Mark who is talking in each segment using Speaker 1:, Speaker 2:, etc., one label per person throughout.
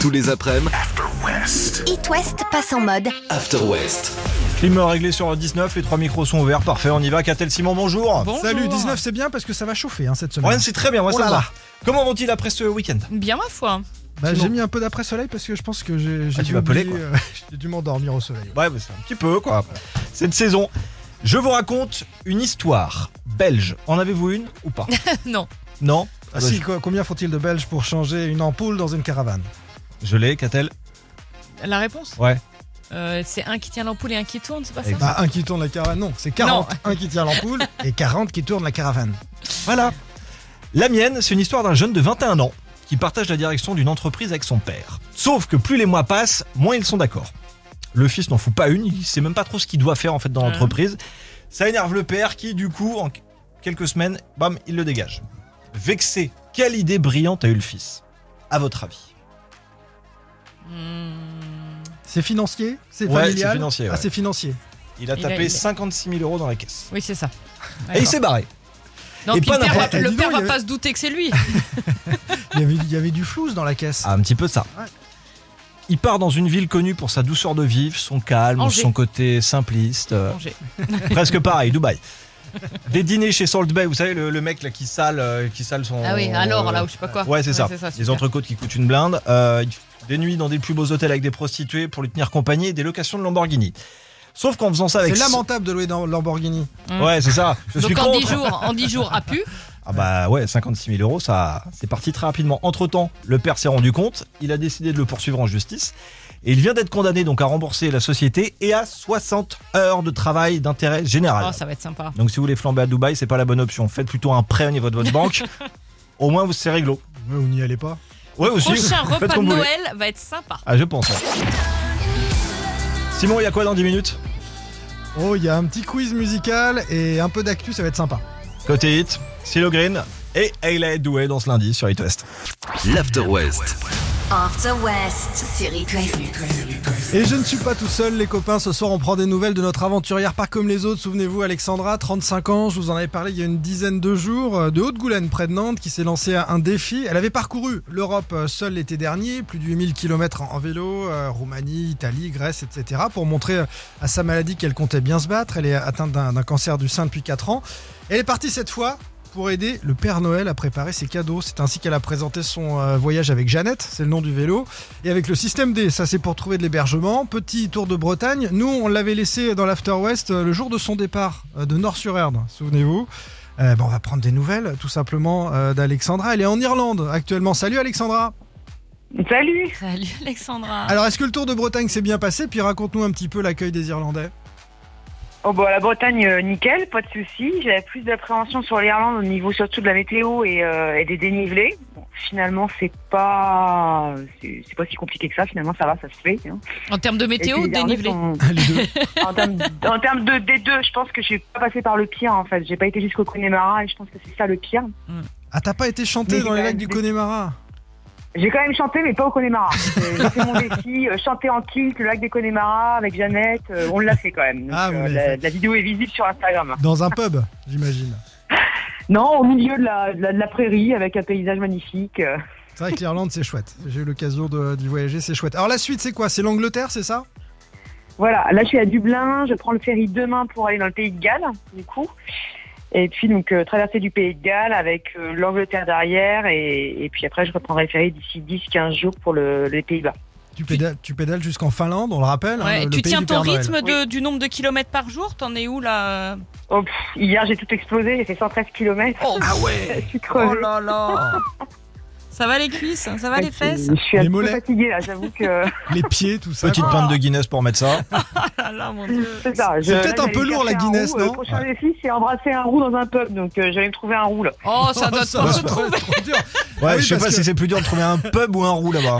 Speaker 1: Tous les après-midi,
Speaker 2: It West passe en mode.
Speaker 1: After West.
Speaker 3: Climat réglé sur le 19, les trois micros sont ouverts, parfait, on y va. Catel Simon, bonjour.
Speaker 4: Bonjour.
Speaker 5: Salut, 19 c'est bien parce que ça va chauffer hein, cette semaine.
Speaker 3: Brian, c'est très bien, moi
Speaker 5: Oh
Speaker 3: ça
Speaker 5: là
Speaker 3: me va.
Speaker 5: là.
Speaker 3: Comment vont-ils après ce week-end
Speaker 4: Bien ma foi.
Speaker 5: Bah,
Speaker 3: Simon.
Speaker 5: j'ai mis un peu d'après-soleil parce que je pense que j'ai j'ai
Speaker 3: Ah, tu
Speaker 5: dû
Speaker 3: vas peler,
Speaker 5: oublier, euh, j'ai dû m'endormir au soleil. Ah,
Speaker 3: Ouais, bah, c'est un petit peu quoi. Cette saison, je vous raconte une histoire belge. En avez-vous une ou pas
Speaker 4: Non.
Speaker 3: Non
Speaker 5: Ah,
Speaker 3: Bah,
Speaker 5: si,
Speaker 3: je-
Speaker 5: quoi, combien faut-il de Belges pour changer une ampoule dans une caravane
Speaker 3: Je l'ai, Catel.
Speaker 4: La réponse
Speaker 3: Ouais.
Speaker 4: Euh, C'est un qui tient l'ampoule et un qui tourne, c'est pas ça
Speaker 3: Exact.
Speaker 5: Bah un qui tourne la caravane, non, c'est 40, un qui tient l'ampoule et 40 qui tournent la caravane.
Speaker 3: Voilà. La mienne, c'est une histoire d'un jeune de 21 ans qui partage la direction d'une entreprise avec son père. Sauf que plus les mois passent, moins ils sont d'accord. Le fils n'en fout pas une, il sait même pas trop ce qu'il doit faire en fait dans
Speaker 4: Ouais.
Speaker 3: l'entreprise. Ça énerve le père qui, du coup, en quelques semaines, bam, il le dégage. Vexé, quelle idée brillante a eu le fils À votre avis
Speaker 4: Hmm,
Speaker 5: C'est financier, c'est
Speaker 3: Ouais,
Speaker 5: familial,
Speaker 3: c'est financier,
Speaker 5: Ah,
Speaker 3: ouais.
Speaker 5: c'est financier.
Speaker 3: Il a
Speaker 4: Il a-
Speaker 3: tapé
Speaker 4: il a-
Speaker 3: 56 000 euros dans la caisse.
Speaker 4: Oui, c'est ça.
Speaker 3: Et il
Speaker 4: D'accord.
Speaker 3: s'est barré.
Speaker 4: Non,
Speaker 3: et
Speaker 4: puis
Speaker 3: pas
Speaker 4: le père, va,
Speaker 3: n'importe-
Speaker 5: Eh,
Speaker 4: le
Speaker 5: dis
Speaker 4: père
Speaker 5: donc,
Speaker 4: va
Speaker 5: il y
Speaker 4: pas se douter que c'est lui.
Speaker 5: Il y avait, il y avait du flouze dans la caisse.
Speaker 3: Ah, un petit peu ça.
Speaker 5: Ouais.
Speaker 3: Il part dans une ville connue pour sa douceur de vivre, son calme,
Speaker 4: Angers.
Speaker 3: son côté simpliste. euh,
Speaker 4: Angers.
Speaker 3: Presque pareil, Dubaï. Des dîners chez Salt Bay, vous savez, le, le mec là, qui, sale, euh, qui sale son.
Speaker 4: Ah oui, alors là où je sais pas quoi.
Speaker 3: Ouais, c'est ça. Les
Speaker 4: super.
Speaker 3: entrecôtes qui coûtent une blinde. euh, des nuits dans des plus beaux hôtels avec des prostituées pour lui tenir compagnie et des locations de Lamborghini. Sauf qu'en faisant ça avec.
Speaker 5: C'est lamentable de louer dans Lamborghini.
Speaker 3: Ouais, c'est ça. Je suis
Speaker 4: Donc en 10
Speaker 3: contre.
Speaker 4: jours, en 10 jours, à pu.
Speaker 3: Ah bah ouais, 56 000 euros, ça, c'est parti très rapidement. Entre temps, le père s'est rendu compte, il a décidé de le poursuivre en justice. Et il vient d'être condamné donc à rembourser la société et à 60 heures de travail d'intérêt général.
Speaker 4: Oh, ça va être sympa.
Speaker 3: Donc si vous voulez flamber à Dubaï, c'est pas la bonne option. Faites plutôt un prêt au niveau de votre banque. Au moins, vous c'est réglo.
Speaker 5: Ouais, vous n'y allez pas.
Speaker 3: Ouais, aussi.
Speaker 4: Prochain
Speaker 3: Faites
Speaker 4: repas de
Speaker 3: comme vous voulez.
Speaker 4: Noël va être sympa.
Speaker 3: Ah, je pense. ouais. Simon, il y a quoi dans 10 minutes
Speaker 5: Oh, il y a un petit quiz musical et un peu d'actu, ça va être sympa.
Speaker 3: Côté hit, Silo Green et Ayla Doué dans ce lundi sur It West.
Speaker 1: L'After West.
Speaker 2: After West sur It West.
Speaker 5: Et je ne suis pas tout seul, les copains. Ce soir, on prend des nouvelles de notre aventurière, pas comme les autres. Souvenez-vous, Alexandra, 35 ans. Je vous en avais parlé il y a une dizaine de jours, euh, de Haute-Goulaine, près de Nantes, qui s'est lancée à un défi. Elle avait parcouru l'Europe euh, seule l'été dernier, plus de 8000 km en vélo, euh, Roumanie, Italie, Grèce, etc., pour montrer euh, à sa maladie qu'elle comptait bien se battre. Elle est atteinte d'un d'un cancer du sein depuis 4 ans. Elle est partie cette fois pour aider le Père Noël à préparer ses cadeaux. C'est ainsi qu'elle a présenté son euh, voyage avec Jeannette, c'est le nom du vélo. Et avec le système D, ça c'est pour trouver de l'hébergement. Petit tour de Bretagne. Nous, on l'avait laissé dans l'After West euh, le jour de son départ euh, de Nord-sur-Erdre, souvenez-vous. Euh, ben, on va prendre des nouvelles, tout simplement, euh, d'Alexandra. Elle est en Irlande actuellement. Salut Alexandra
Speaker 6: Salut
Speaker 4: Salut Alexandra.
Speaker 5: Alors, est-ce que le tour de Bretagne s'est bien passé Puis raconte-nous un petit peu l'accueil des Irlandais.
Speaker 6: Oh bah la Bretagne, euh, nickel, pas de souci. J'avais plus d'appréhension sur l'Irlande au niveau surtout de la météo et, euh, et des dénivelés. Bon, finalement, c'est pas c'est c'est pas si compliqué que ça. Finalement, ça va, ça se fait. hein.
Speaker 4: En termes de
Speaker 6: Et
Speaker 4: météo,
Speaker 6: puis,
Speaker 4: ou de
Speaker 6: les Irlandais
Speaker 4: dénivelé.
Speaker 6: sont-
Speaker 5: Les deux.
Speaker 6: En termes en termes de D2, je pense que j'ai pas passé par le pire en fait. J'ai pas été jusqu'au Connemara et je pense que c'est ça le pire.
Speaker 5: Ah, t'as pas été chanté
Speaker 6: Mais
Speaker 5: dans les
Speaker 6: quand
Speaker 5: lacs
Speaker 6: même,
Speaker 5: du
Speaker 6: mais-
Speaker 5: Connemara
Speaker 6: J'ai quand même chanté, mais pas au Connemara. Euh, J'ai fait mon défi, euh, chanter en kilt, le lac des Connemara avec Jeannette. euh, on l'a fait quand même. Donc,
Speaker 5: Ah, vous
Speaker 6: euh,
Speaker 5: l'avez
Speaker 6: la,
Speaker 5: fait.
Speaker 6: la vidéo est visible sur Instagram.
Speaker 5: Dans un pub, j'imagine.
Speaker 6: Non, au milieu de la, de la, de la prairie avec un paysage magnifique. euh.
Speaker 5: C'est vrai que l'Irlande, c'est chouette. J'ai eu l'occasion de- d'y voyager, c'est chouette. Alors, la suite, c'est quoi C'est l'Angleterre, c'est ça
Speaker 6: Voilà, là je suis à Dublin, je prends le ferry demain pour aller dans le pays de Galles, du coup. Et puis donc euh, traverser du pays de Galles avec euh, l'Angleterre derrière et, et puis après je reprendrai le ferry d'ici 10-15 jours pour le, les Pays-Bas.
Speaker 5: Tu pédales, tu pédales jusqu'en Finlande, on le rappelle. hein,
Speaker 4: Ouais,
Speaker 5: le-
Speaker 4: tu
Speaker 5: le pays
Speaker 4: tiens
Speaker 5: du
Speaker 4: ton
Speaker 5: Père Noël.
Speaker 4: rythme de- du nombre de kilomètres par jour T'en es où là
Speaker 6: Oh, pff, hier j'ai tout explosé, j'ai fait 113 km,
Speaker 4: oh,
Speaker 1: Ah
Speaker 6: je suis crevée.
Speaker 4: oh là là Ça va les cuisses Ça va les fesses
Speaker 6: Je suis un
Speaker 5: Les
Speaker 6: petit peu
Speaker 5: mollets.
Speaker 6: fatiguée là, j'avoue que
Speaker 5: Les pieds, tout ça.
Speaker 3: Petite
Speaker 5: quoi.
Speaker 3: pinte de Guinness pour mettre ça.
Speaker 4: Ah là, mon Dieu.
Speaker 6: c'est ça.
Speaker 5: C'est peut-être un peu lourd, la Guinness, non
Speaker 6: Le euh, prochain défi c'est embrasser un roux dans un pub, donc euh, j'allais me trouver un roux là.
Speaker 4: Oh, ça doit
Speaker 5: Ça
Speaker 4: pas se
Speaker 5: doit
Speaker 4: trouver.
Speaker 5: être trop dur.
Speaker 3: Ouais,
Speaker 5: Ah oui,
Speaker 3: je sais
Speaker 5: parce
Speaker 3: pas
Speaker 5: que-
Speaker 3: si c'est plus dur de trouver un pub ou un roux là-bas.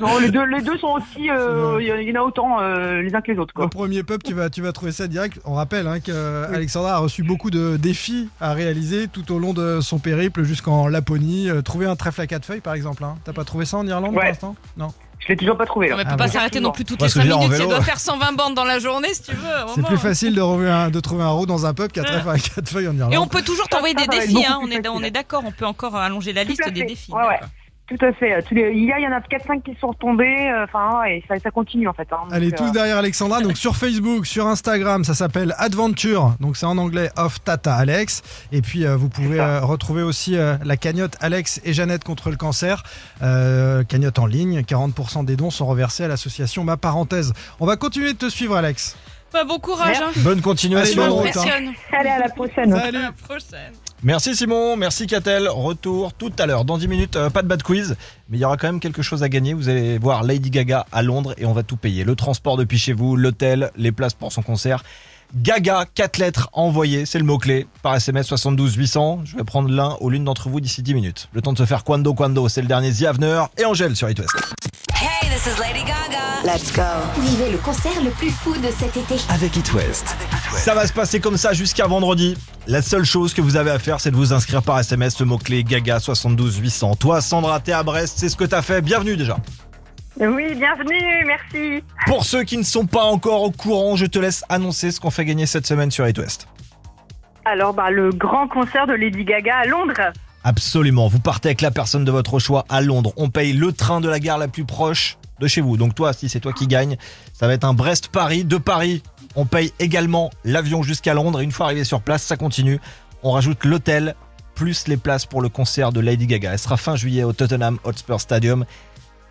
Speaker 6: Non, les deux, les deux sont aussi, euh,
Speaker 5: C'est
Speaker 6: il y en a autant euh, les uns que les autres quoi.
Speaker 5: Le premier pub, tu vas, tu vas trouver ça direct. On rappelle hein, qu'Alexandra a reçu beaucoup de défis à réaliser tout au long de son périple jusqu'en Laponie. Euh, Trouver un trèfle à quatre feuilles, par exemple. hein. T'as pas trouvé ça en Irlande pour
Speaker 6: Ouais.
Speaker 5: l'instant Non.
Speaker 6: Je l'ai toujours pas trouvé là.
Speaker 4: On ne
Speaker 5: Ah
Speaker 4: peut pas
Speaker 5: ouais.
Speaker 4: s'arrêter non plus toutes
Speaker 3: Ouais,
Speaker 4: les
Speaker 3: parce que
Speaker 4: 5
Speaker 3: là, en
Speaker 4: minutes. Ça
Speaker 3: vélo,
Speaker 4: doit
Speaker 3: ouais.
Speaker 4: faire 120 bandes dans la journée si tu veux. au
Speaker 5: hein. C'est
Speaker 4: moins.
Speaker 5: plus facile de, revu- un- de trouver un roux dans un pub qu'un trèfle à quatre feuilles en Irlande.
Speaker 4: Et on peut toujours t'envoyer des
Speaker 6: Ça va être
Speaker 4: défis,
Speaker 6: beaucoup
Speaker 4: hein.
Speaker 6: plus
Speaker 4: on est,
Speaker 6: facile.
Speaker 4: on est d'accord, on peut encore allonger la
Speaker 6: Tout
Speaker 4: liste
Speaker 6: à
Speaker 4: des
Speaker 6: fait.
Speaker 4: défis.
Speaker 6: Ouais, ouais.
Speaker 4: d'accord.
Speaker 6: Tout à fait. Tous les- Hier, il y en a 4-5 qui sont retombés. euh, Enfin, ouais, et ça, ça continue en fait. hein. Donc,
Speaker 5: Allez,
Speaker 6: euh,
Speaker 5: tous derrière Alexandra. Donc sur Facebook, sur Instagram, ça s'appelle Adventure. Donc c'est en anglais Off Tata Alex. Et puis euh, vous
Speaker 6: C'est
Speaker 5: pouvez
Speaker 6: ça.
Speaker 5: euh, retrouver aussi euh, la cagnotte Alex et Jeannette contre le cancer. Euh, cagnotte en ligne. 40% des dons sont reversés à l'association Ma Parenthèse. On va continuer de te suivre, Alex.
Speaker 4: Bah, bon courage, hein.
Speaker 3: Bonne
Speaker 4: Tu
Speaker 3: continuation.
Speaker 5: Allez, bonne
Speaker 3: Merci,
Speaker 5: route, hein.
Speaker 4: m'impressionnes.
Speaker 6: Allez, à la prochaine.
Speaker 4: À la prochaine.
Speaker 3: Simon, merci Catel. Retour tout à l'heure. Dans 10 minutes, euh, pas de bad quiz, mais il y aura quand même quelque chose à gagner. Vous allez voir Lady Gaga à Londres et on va tout payer. Le transport depuis chez vous, l'hôtel, les places pour son concert. Gaga, 4 lettres envoyées, c'est le mot-clé, par SMS 72 800. Je vais prendre l'un ou l'une d'entre vous d'ici 10 minutes. Le temps de se faire Quando Quando, c'est le dernier The Avener et Angèle sur It West.
Speaker 7: Hey, this is Lady Gaga. Let's go.
Speaker 2: Vivez le concert le plus fou de cet été.
Speaker 1: Avec It West.
Speaker 3: Ça va se passer comme ça jusqu'à vendredi. La seule chose que vous avez à faire, c'est de vous inscrire par SMS le mot-clé Gaga 72 800. Toi, Sandra, t'es à Brest, c'est ce que t'as fait. Bienvenue déjà.
Speaker 6: Oui, bienvenue, merci.
Speaker 3: Pour ceux qui ne sont pas encore au courant, je te laisse annoncer ce qu'on fait gagner cette semaine sur It West.
Speaker 6: Alors, bah, le grand concert de Lady Gaga à Londres.
Speaker 3: Absolument. Vous partez avec la personne de votre choix à Londres. On paye le train de la gare la plus proche de chez vous. Donc toi, si c'est toi qui gagne, ça va être un Brest-Paris. De Paris, on paye également l'avion jusqu'à Londres. Et une fois arrivé sur place, ça continue. On rajoute l'hôtel plus les places pour le concert de Lady Gaga. Elle sera fin juillet au Tottenham Hotspur Stadium.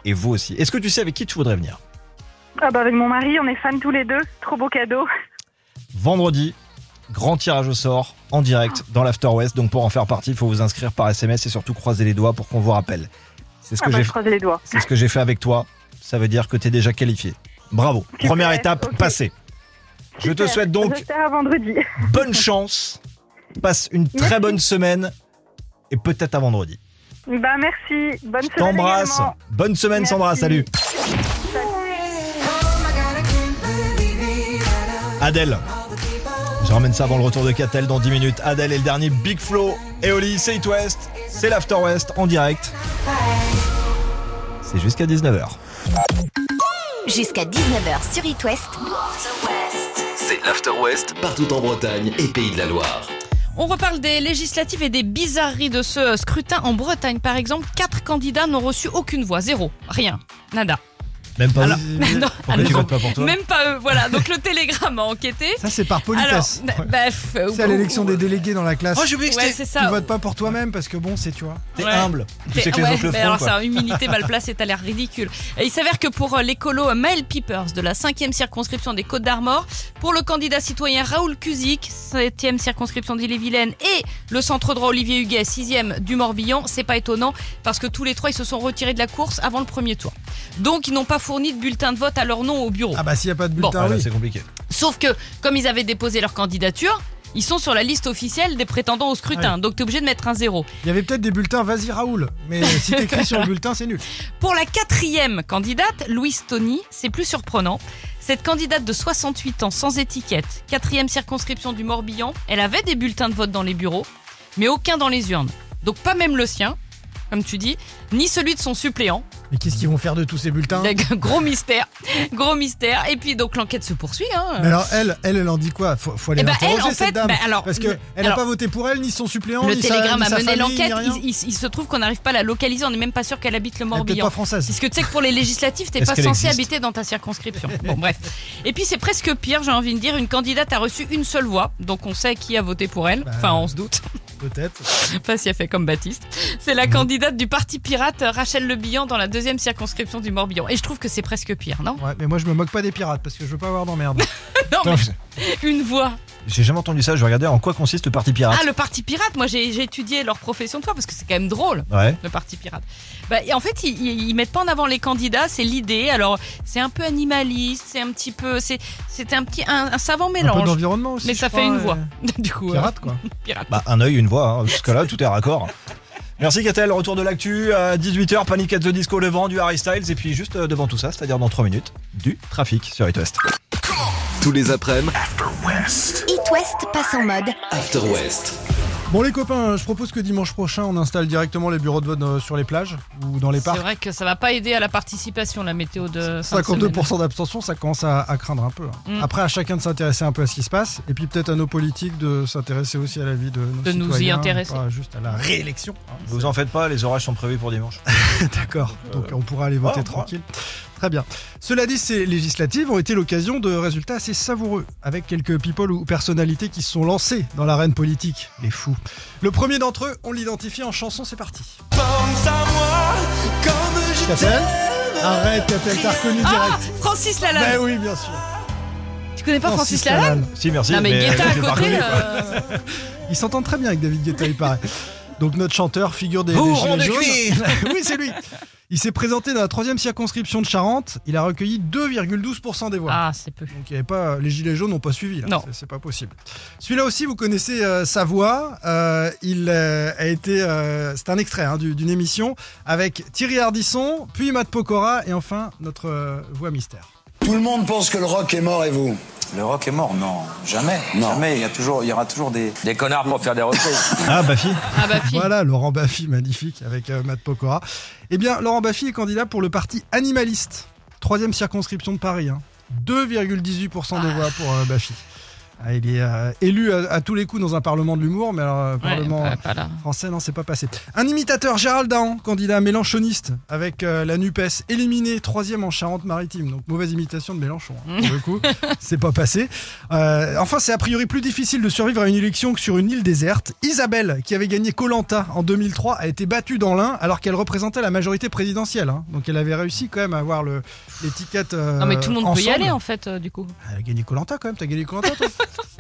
Speaker 3: Et vous aussi. Est-ce que tu sais avec qui tu voudrais venir
Speaker 6: Ah bah, avec mon mari, on est fans tous les deux. Trop beau cadeau.
Speaker 3: vendredi. Grand tirage au sort en direct dans l'After West. Donc pour en faire partie, il faut vous inscrire par SMS et surtout croiser les doigts pour qu'on vous rappelle. C'est ce
Speaker 6: Ah
Speaker 3: que
Speaker 6: bah,
Speaker 3: j'ai
Speaker 6: je croise les doigts.
Speaker 3: c'est ce que j'ai fait avec toi. Ça veut dire que t'es déjà qualifié. Bravo.
Speaker 6: Super,
Speaker 3: Première étape
Speaker 6: ok.
Speaker 3: passée. Je te
Speaker 6: Super.
Speaker 3: souhaite donc
Speaker 6: J'espère à vendredi.
Speaker 3: bonne chance. Passe une très
Speaker 6: Merci.
Speaker 3: bonne semaine et peut-être à vendredi.
Speaker 6: Bah, merci. Bonne semaine.
Speaker 3: T'embrasse.
Speaker 6: également.
Speaker 3: Bonne semaine
Speaker 6: Merci.
Speaker 3: Sandra, salut. Adèle. Je ramène ça avant le retour de Catel dans 10 minutes. Adèle est le dernier Big Flow. Eoli, c'est It West. C'est l'After West en direct. C'est jusqu'à 19h.
Speaker 2: Jusqu'à 19h sur It West.
Speaker 1: C'est l'After West partout en Bretagne et Pays de la Loire.
Speaker 4: On reparle des législatives et des bizarreries de ce euh, scrutin en Bretagne. Par exemple, quatre candidats n'ont reçu aucune voix. Zéro. Rien. Nada.
Speaker 3: Même pas vous
Speaker 4: non,
Speaker 3: Pourquoi
Speaker 4: alors,
Speaker 3: tu votes pas pour toi
Speaker 4: Même pas eux. Voilà. Donc le Télégramme a enquêté.
Speaker 5: Ça, c'est par
Speaker 4: Alors,
Speaker 5: politesse.
Speaker 4: bah,
Speaker 5: Ouais.
Speaker 4: bref. euh,
Speaker 5: C'est à l'élection des délégués dans la classe.
Speaker 3: Oh, j'ai oublié que
Speaker 4: Ouais,
Speaker 3: c'était-
Speaker 4: c'est
Speaker 5: tu
Speaker 4: ça.
Speaker 5: votes pas pour toi-même parce que bon, c'est tu vois.
Speaker 3: t'es
Speaker 4: ouais.
Speaker 3: humble. Tu sais que les
Speaker 4: Ouais,
Speaker 3: autres le
Speaker 4: mais
Speaker 3: font.
Speaker 4: alors
Speaker 3: quoi.
Speaker 4: ça, humilité mal placée, t'as l'air ridicule. Et il s'avère que pour euh, l'écolo Maël Peepers de la 5e circonscription des Côtes d'Armor, pour le candidat citoyen Raoul Cusic, 7e circonscription d'Ille-et-Vilaine, et le centre droit Olivier Huguet, 6e du Morbihan, c'est pas étonnant parce que tous les trois ils se sont retirés de la course avant le premier tour. Donc ils n'ont pas fourni de bulletin de vote à leur nom au bureau.
Speaker 5: Ah bah s'il y a pas de
Speaker 4: Bon.
Speaker 5: bulletin,
Speaker 3: Ah, là,
Speaker 5: oui.
Speaker 3: c'est compliqué.
Speaker 4: Sauf que, comme ils avaient déposé leur candidature, ils sont sur la liste officielle des prétendants au scrutin, donc t'es obligé de mettre un zéro.
Speaker 5: Il y avait peut-être des bulletins, vas-y Raoul. Mais si t'écris sur le bulletin, c'est nul.
Speaker 4: Pour la quatrième candidate, Louise Tony, c'est plus surprenant. Cette candidate de 68 ans, sans étiquette, quatrième circonscription du Morbihan, elle avait des bulletins de vote dans les bureaux, mais aucun dans les urnes. Donc pas même le sien, comme tu dis, ni celui de son suppléant.
Speaker 5: Mais qu'est-ce qu'ils vont faire de tous ces bulletins
Speaker 4: Donc, Gros mystère, gros mystère. Et puis donc l'enquête se poursuit. Hein.
Speaker 5: Mais alors elle, elle, elle en dit quoi faut, faut aller
Speaker 4: Eh ben,
Speaker 5: l'interroger,
Speaker 4: elle, en
Speaker 5: cette
Speaker 4: fait,
Speaker 5: dame.
Speaker 4: bah, alors,
Speaker 5: parce que
Speaker 4: le-
Speaker 5: elle
Speaker 4: alors,
Speaker 5: a pas voté pour elle, ni son suppléant,
Speaker 4: Le
Speaker 5: ni sa-
Speaker 4: Télégramme
Speaker 5: ni
Speaker 4: a
Speaker 5: sa
Speaker 4: mené
Speaker 5: famille, ni
Speaker 4: l'enquête.
Speaker 5: rien.
Speaker 4: Il, il- il se trouve qu'on n'arrive pas à la localiser. On n'est même pas sûr qu'elle habite
Speaker 5: Elle
Speaker 4: le
Speaker 5: est peut-être pas
Speaker 4: Morbihan.
Speaker 5: française.
Speaker 4: Parce que tu sais que pour les législatives, t'es
Speaker 3: Est-ce
Speaker 4: pas
Speaker 3: qu'elle
Speaker 4: censé
Speaker 3: existe
Speaker 4: habiter dans ta circonscription. Bon, bref. Et puis c'est presque pire, j'ai envie de dire. Une candidate a reçu une seule voix, donc on sait qui a voté pour elle.
Speaker 5: Bah.
Speaker 4: Enfin, on se doute.
Speaker 5: Peut-être.
Speaker 4: Pas si elle fait comme Baptiste. C'est la candidate du Parti Pirate, euh, Rachel Le Bihan, dans la deuxième circonscription du Morbihan. Et je trouve que c'est presque pire, non
Speaker 5: Ouais, mais moi je me moque pas des pirates parce que je veux pas avoir d'emmerde.
Speaker 4: Non, mais
Speaker 3: Attends,
Speaker 4: une voix.
Speaker 3: J'ai jamais entendu ça. Je vais regarder en quoi consiste le parti pirate.
Speaker 4: Ah, le Parti Pirate, moi j'ai j'ai étudié leur profession de foi parce que c'est quand même drôle.
Speaker 3: Ouais.
Speaker 4: le parti pirate. Bah, et en fait, ils, ils- ils mettent pas en avant les candidats, c'est l'idée. Alors, c'est un peu animaliste, c'est un petit peu, c'est, c'est un petit, un, un savant
Speaker 5: Un peu
Speaker 4: mélange.
Speaker 5: d'environnement aussi.
Speaker 4: mais
Speaker 5: je
Speaker 4: ça
Speaker 5: crois,
Speaker 4: fait une
Speaker 5: euh,
Speaker 4: voix. du coup, euh,
Speaker 5: Pirate quoi.
Speaker 4: pirate.
Speaker 3: Bah, un œil, une voix. hein. Jusque-là, tout est raccord. Merci Catel, retour de l'actu à 18h, Panic at the Disco, le vent du Harry Styles, et puis juste euh, devant tout ça, c'est-à-dire dans 3 minutes, du trafic sur It West.
Speaker 1: Tous les après-midi,
Speaker 2: It West passe en mode
Speaker 1: After West.
Speaker 5: Bon les copains, je propose que dimanche prochain on installe directement les bureaux de vote euh, sur les plages ou dans les
Speaker 4: C'est
Speaker 5: parcs.
Speaker 4: vrai que ça va pas aider à la participation, la météo de. fin de semaine.
Speaker 5: 52% d'abstention, ça commence à, à craindre un peu. hein.
Speaker 4: Mm.
Speaker 5: Après, à chacun de s'intéresser un peu à ce qui se passe, et puis peut-être à nos politiques de s'intéresser aussi à la vie de nos
Speaker 4: De nous y
Speaker 5: citoyens,
Speaker 4: intéresser. Mm.
Speaker 5: Pas juste à la réélection. hein.
Speaker 3: Vous en faites pas, les orages sont prévus pour dimanche.
Speaker 5: D'accord, donc
Speaker 4: euh,
Speaker 5: on pourra aller voter
Speaker 3: ouais,
Speaker 5: tranquille. Très bien. Cela dit, ces législatives ont été l'occasion de résultats assez savoureux, avec quelques people ou personnalités qui se sont lancés dans l'arène politique, les fous. Le premier d'entre eux, on l'identifie en chanson, c'est parti. Capel Arrête, Capel, t'as reconnu
Speaker 4: Ah
Speaker 5: direct.
Speaker 4: Francis Lalanne
Speaker 5: Mais oui, bien sûr.
Speaker 4: Tu connais pas Francis, Lalanne
Speaker 3: Si, merci.
Speaker 4: Non mais, Guetta
Speaker 3: euh,
Speaker 4: à
Speaker 3: j'ai pas reconnu,
Speaker 4: côté.
Speaker 3: quoi.
Speaker 4: euh,
Speaker 5: Il s'entend très bien avec David Guetta, il paraît. Donc notre chanteur, figure des,
Speaker 3: Vous,
Speaker 5: des
Speaker 3: rond
Speaker 5: Gilets
Speaker 3: de
Speaker 5: jaunes.
Speaker 3: cuir.
Speaker 5: oui, c'est lui. Il s'est présenté dans la troisième circonscription de Charente. Il a recueilli 2,12% des voix.
Speaker 4: Ah, c'est peu.
Speaker 5: Donc il y avait pas, les gilets jaunes n'ont pas suivi. Là.
Speaker 4: Non.
Speaker 5: C'est- C'est pas possible. Celui-là aussi, vous connaissez euh, sa voix. Euh, il euh, a été, euh, c'est un extrait hein, du- d'une émission avec Thierry Hardisson, puis Matt Pokora et enfin notre euh, voix mystère.
Speaker 8: Tout le monde pense que le rock est mort et vous
Speaker 9: Le rock est mort, non, jamais,
Speaker 8: Non.
Speaker 9: jamais. Il y a toujours, il y aura toujours des des connards pour faire des reprises.
Speaker 3: Ah, bah, fille.
Speaker 4: Ah bah fille.
Speaker 5: Voilà Laurent Baffy, magnifique, avec euh, Matt Pokora. Eh bien, Laurent Baffy est candidat pour le parti animaliste, troisième circonscription de Paris. hein. 2,18% des voix pour euh, Baffy. Ah, il est euh, élu à, à tous les coups dans un parlement de l'humour, mais alors euh,
Speaker 4: Ouais,
Speaker 5: parlement
Speaker 4: bah, voilà.
Speaker 5: français, non, c'est pas passé. Un imitateur, Gérald Dahan, candidat mélanchoniste avec euh, la NUPES, éliminé troisième en Charente-Maritime. Donc, mauvaise imitation de Mélenchon, hein, pour le coup. c'est pas passé. Euh, enfin, c'est a priori plus difficile de survivre à une élection que sur une île déserte. Isabelle, qui avait gagné Colanta en 2003, a été battue dans l'Ain alors qu'elle représentait la majorité présidentielle. hein. Donc, elle avait réussi quand même à avoir le- l'étiquette. euh,
Speaker 4: Non mais tout le monde peut y
Speaker 5: ensemble.
Speaker 4: aller en fait euh, du coup.
Speaker 5: Elle a gagné Colanta quand même, t'as gagné Colanta toi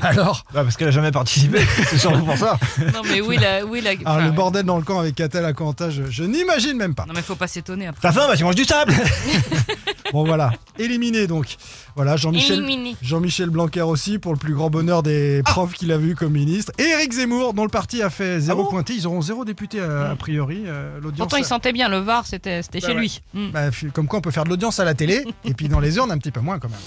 Speaker 5: Alors
Speaker 3: Ah, parce qu'elle a jamais participé. C'est sûrement pour ça.
Speaker 4: Non mais oui la oui la.
Speaker 5: alors,
Speaker 4: enfin,
Speaker 5: Ah, le bordel dans le camp avec Catel à Colanta, je, je n'imagine même pas.
Speaker 4: Non mais faut pas s'étonner après.
Speaker 3: T'as faim Bah, tu manges du sable.
Speaker 5: Bon voilà, éliminé donc. Voilà, Jean-Michel
Speaker 4: Éliminé. Ah.
Speaker 5: Jean-Michel Blanquer aussi pour le plus grand bonheur des profs qu'il a vu comme ministre. Et Éric Zemmour dont le parti a fait zéro pointé, ils auront zéro député euh, a priori euh, l'audience.
Speaker 4: Ah Pourtant il sentait bien le Var, c'était c'était
Speaker 5: Bah
Speaker 4: chez
Speaker 5: ouais.
Speaker 4: lui. Mm.
Speaker 5: Bah, comme quoi on peut faire de l'audience à la télé et puis dans les urnes un petit peu moins quand même.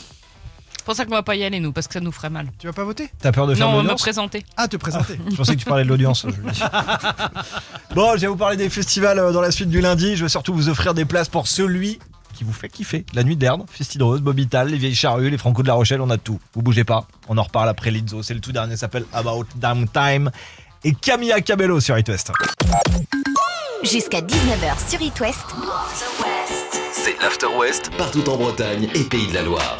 Speaker 4: C'est pour ça qu'on va pas y aller nous parce que ça nous ferait mal.
Speaker 5: Tu vas pas voter
Speaker 3: T'as peur de faire
Speaker 4: Non, on va me
Speaker 3: l'audience
Speaker 4: présenter.
Speaker 5: Ah te présenter.
Speaker 3: Je pensais que tu parlais de l'audience. je me dis. bon, je vais vous parler des festivals euh, dans la suite du lundi. Je vais surtout vous offrir des places pour celui qui vous fait kiffer. La Nuit d'Erne, Festi de Rose, Bobital, les Vieilles Charrues, les Franco de la Rochelle, on a tout. Vous bougez pas, on en reparle après Lizzo. C'est le tout dernier, ça s'appelle About Damn Time. Et Camilla Cabello sur It West.
Speaker 2: Jusqu'à 19h sur It West.
Speaker 1: C'est l'After West partout en Bretagne et Pays de la Loire.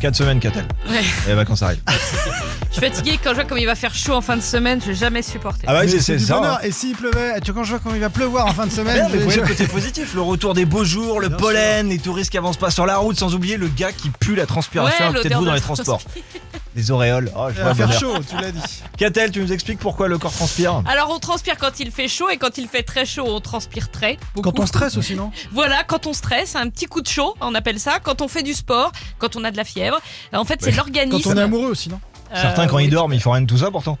Speaker 3: 4 semaines, Catel.
Speaker 4: Ouais.
Speaker 3: Et vacances arrivent.
Speaker 4: Je suis fatiguée quand je vois comme il va faire chaud en fin de semaine, je vais jamais supporter.
Speaker 3: Ah bah oui,
Speaker 5: Mais
Speaker 3: c'est
Speaker 5: c'est
Speaker 3: c'est
Speaker 5: du
Speaker 3: ça. hein.
Speaker 5: bonheur. Et s'il pleuvait, tu quand je vois quand il va pleuvoir en fin de semaine,
Speaker 3: Merde, mais
Speaker 5: je-
Speaker 3: voyez
Speaker 5: je-
Speaker 3: le côté positif, le retour des beaux jours, le
Speaker 5: Bien
Speaker 3: pollen, les touristes qui avancent pas sur la route, sans oublier le gars qui pue la transpiration
Speaker 4: Ouais,
Speaker 3: à côté de
Speaker 4: l'odeur
Speaker 3: vous dans
Speaker 4: de
Speaker 3: les
Speaker 4: la
Speaker 3: transports. Les auréoles, oh, je
Speaker 5: il
Speaker 3: vois le
Speaker 5: va Euh, faire
Speaker 3: bonheur.
Speaker 5: chaud, tu l'as dit.
Speaker 3: Catel, tu nous expliques pourquoi le corps transpire
Speaker 4: Alors on transpire quand il fait chaud et quand il fait très chaud, on transpire très. beaucoup.
Speaker 5: Quand on stresse aussi non
Speaker 4: Voilà, quand on stresse, un petit coup de chaud, on appelle ça. Quand on fait du sport, quand on a de la fièvre, en fait c'est
Speaker 5: Quand
Speaker 4: l'organisme.
Speaker 5: on est amoureux aussi non
Speaker 3: Certains, quand
Speaker 4: Euh,
Speaker 3: ils dorment, ils font rien de tout ça pourtant.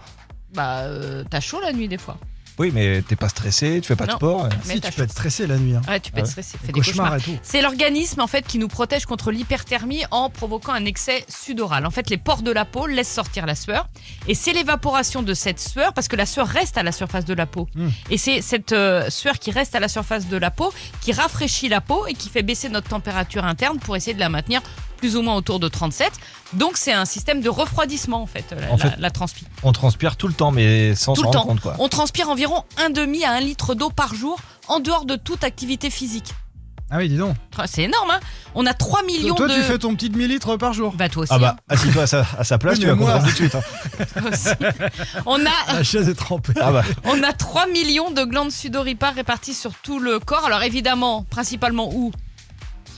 Speaker 4: Bah euh, t'as chaud la nuit des fois.
Speaker 3: Oui, mais t'es pas stressé, tu fais pas de
Speaker 4: Non.
Speaker 3: sport. euh.
Speaker 4: Mais
Speaker 5: Si
Speaker 4: t'as
Speaker 5: tu peux être stressé la nuit. hein.
Speaker 4: Ouais, tu peux
Speaker 3: Ah
Speaker 4: être
Speaker 3: ouais.
Speaker 4: stressé, fais des
Speaker 5: Cauchemar
Speaker 4: cauchemars.
Speaker 5: et tout.
Speaker 4: C'est l'organisme en fait qui nous protège contre l'hyperthermie en provoquant un excès sudoral. En fait, les pores de la peau laissent sortir la sueur et c'est l'évaporation de cette sueur parce que la sueur reste à la surface de la peau.
Speaker 3: Hmm.
Speaker 5: Mm.
Speaker 4: Et c'est cette euh, sueur qui reste à la surface de la peau qui rafraîchit la peau et qui fait baisser notre température interne pour essayer de la maintenir plus ou moins autour de 37. Donc c'est un système de refroidissement en fait, euh, la,
Speaker 3: En fait,
Speaker 4: la- la transpi.
Speaker 3: On transpire tout le temps, mais sans
Speaker 4: Tout
Speaker 3: s'en
Speaker 4: le
Speaker 3: rendre
Speaker 4: temps.
Speaker 3: compte quoi.
Speaker 4: On transpire environ un demi à un litre d'eau par jour en dehors de toute activité physique.
Speaker 5: Ah oui, dis donc.
Speaker 4: C'est énorme, hein On a 3 millions
Speaker 5: Toi
Speaker 4: de...
Speaker 5: tu fais ton petit demi-litre par jour.
Speaker 4: Bah toi aussi.
Speaker 3: Ah bah, assis-toi à sa, à sa place,
Speaker 5: Oui,
Speaker 3: tu
Speaker 5: mais
Speaker 3: vas
Speaker 5: moi-
Speaker 3: comprendre tout de suite. hein.
Speaker 4: hein, toi aussi. On a,
Speaker 5: La chaise est trempée.
Speaker 3: Ah bah,
Speaker 4: on a 3 millions de glandes sudoripares réparties sur tout le corps. Alors évidemment, principalement où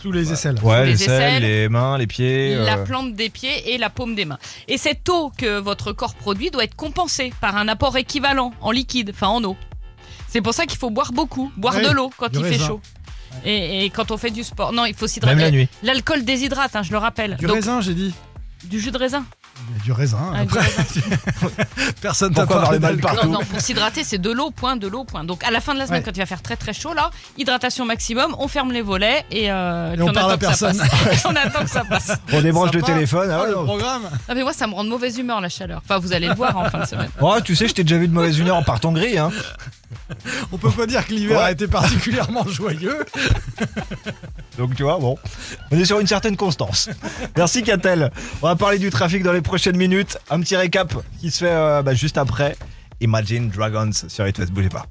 Speaker 5: Sous les aisselles.
Speaker 3: ouais, les
Speaker 4: les
Speaker 3: selles,
Speaker 4: aisselles,
Speaker 3: les mains, les pieds.
Speaker 4: La
Speaker 3: euh,
Speaker 4: plante des pieds et la paume des mains. Et cette eau que votre corps produit doit être compensée par un apport équivalent en liquide, enfin en eau. C'est pour ça qu'il faut boire beaucoup, boire
Speaker 5: Ouais,
Speaker 4: de l'eau quand
Speaker 5: du
Speaker 4: il fait
Speaker 5: raisin.
Speaker 4: chaud. Et, et quand on fait du sport. Non, il faut
Speaker 3: Même la
Speaker 4: s'hydrater.
Speaker 3: nuit.
Speaker 4: L'alcool déshydrate, hein, je le rappelle.
Speaker 5: Du
Speaker 4: Donc, Ah
Speaker 5: raisin, j'ai dit.
Speaker 4: du jus de raisin.
Speaker 5: Il y a du raisin.
Speaker 4: Un
Speaker 5: Après,
Speaker 4: gros-
Speaker 5: personne n'a
Speaker 3: Pourquoi
Speaker 5: parlé
Speaker 3: avoir les balles
Speaker 5: d'alcool.
Speaker 3: partout
Speaker 4: Non, non, pour s'hydrater, c'est de l'eau, point, de l'eau, point. Donc à la fin de la semaine,
Speaker 5: Ah Ouais.
Speaker 4: quand il va faire très très chaud, là, hydratation maximum, on ferme les volets et, euh, puis
Speaker 5: on parle à
Speaker 4: attend que ça
Speaker 5: personne.
Speaker 4: passe. on attend que ça passe.
Speaker 3: On débranche le
Speaker 5: Sympa.
Speaker 3: téléphone. ah
Speaker 5: Ah,
Speaker 3: ouais,
Speaker 5: le
Speaker 3: non.
Speaker 5: programme
Speaker 4: Ah, mais moi, ça me rend de mauvaise humeur la chaleur. Enfin, vous allez le voir en fin de semaine.
Speaker 3: Ouais, Oh, tu sais, je t'ai déjà vu de mauvaise humeur en partant gris. Hein.
Speaker 5: On peut pas dire que l'hiver
Speaker 3: Ouais.
Speaker 5: a été particulièrement joyeux.
Speaker 3: Donc tu vois, bon, on est sur une certaine constance. Merci Catel. On va parler du trafic dans les prochaines minutes. Un petit récap qui se fait euh, bah, juste après. Imagine Dragons sur It West, bougez pas.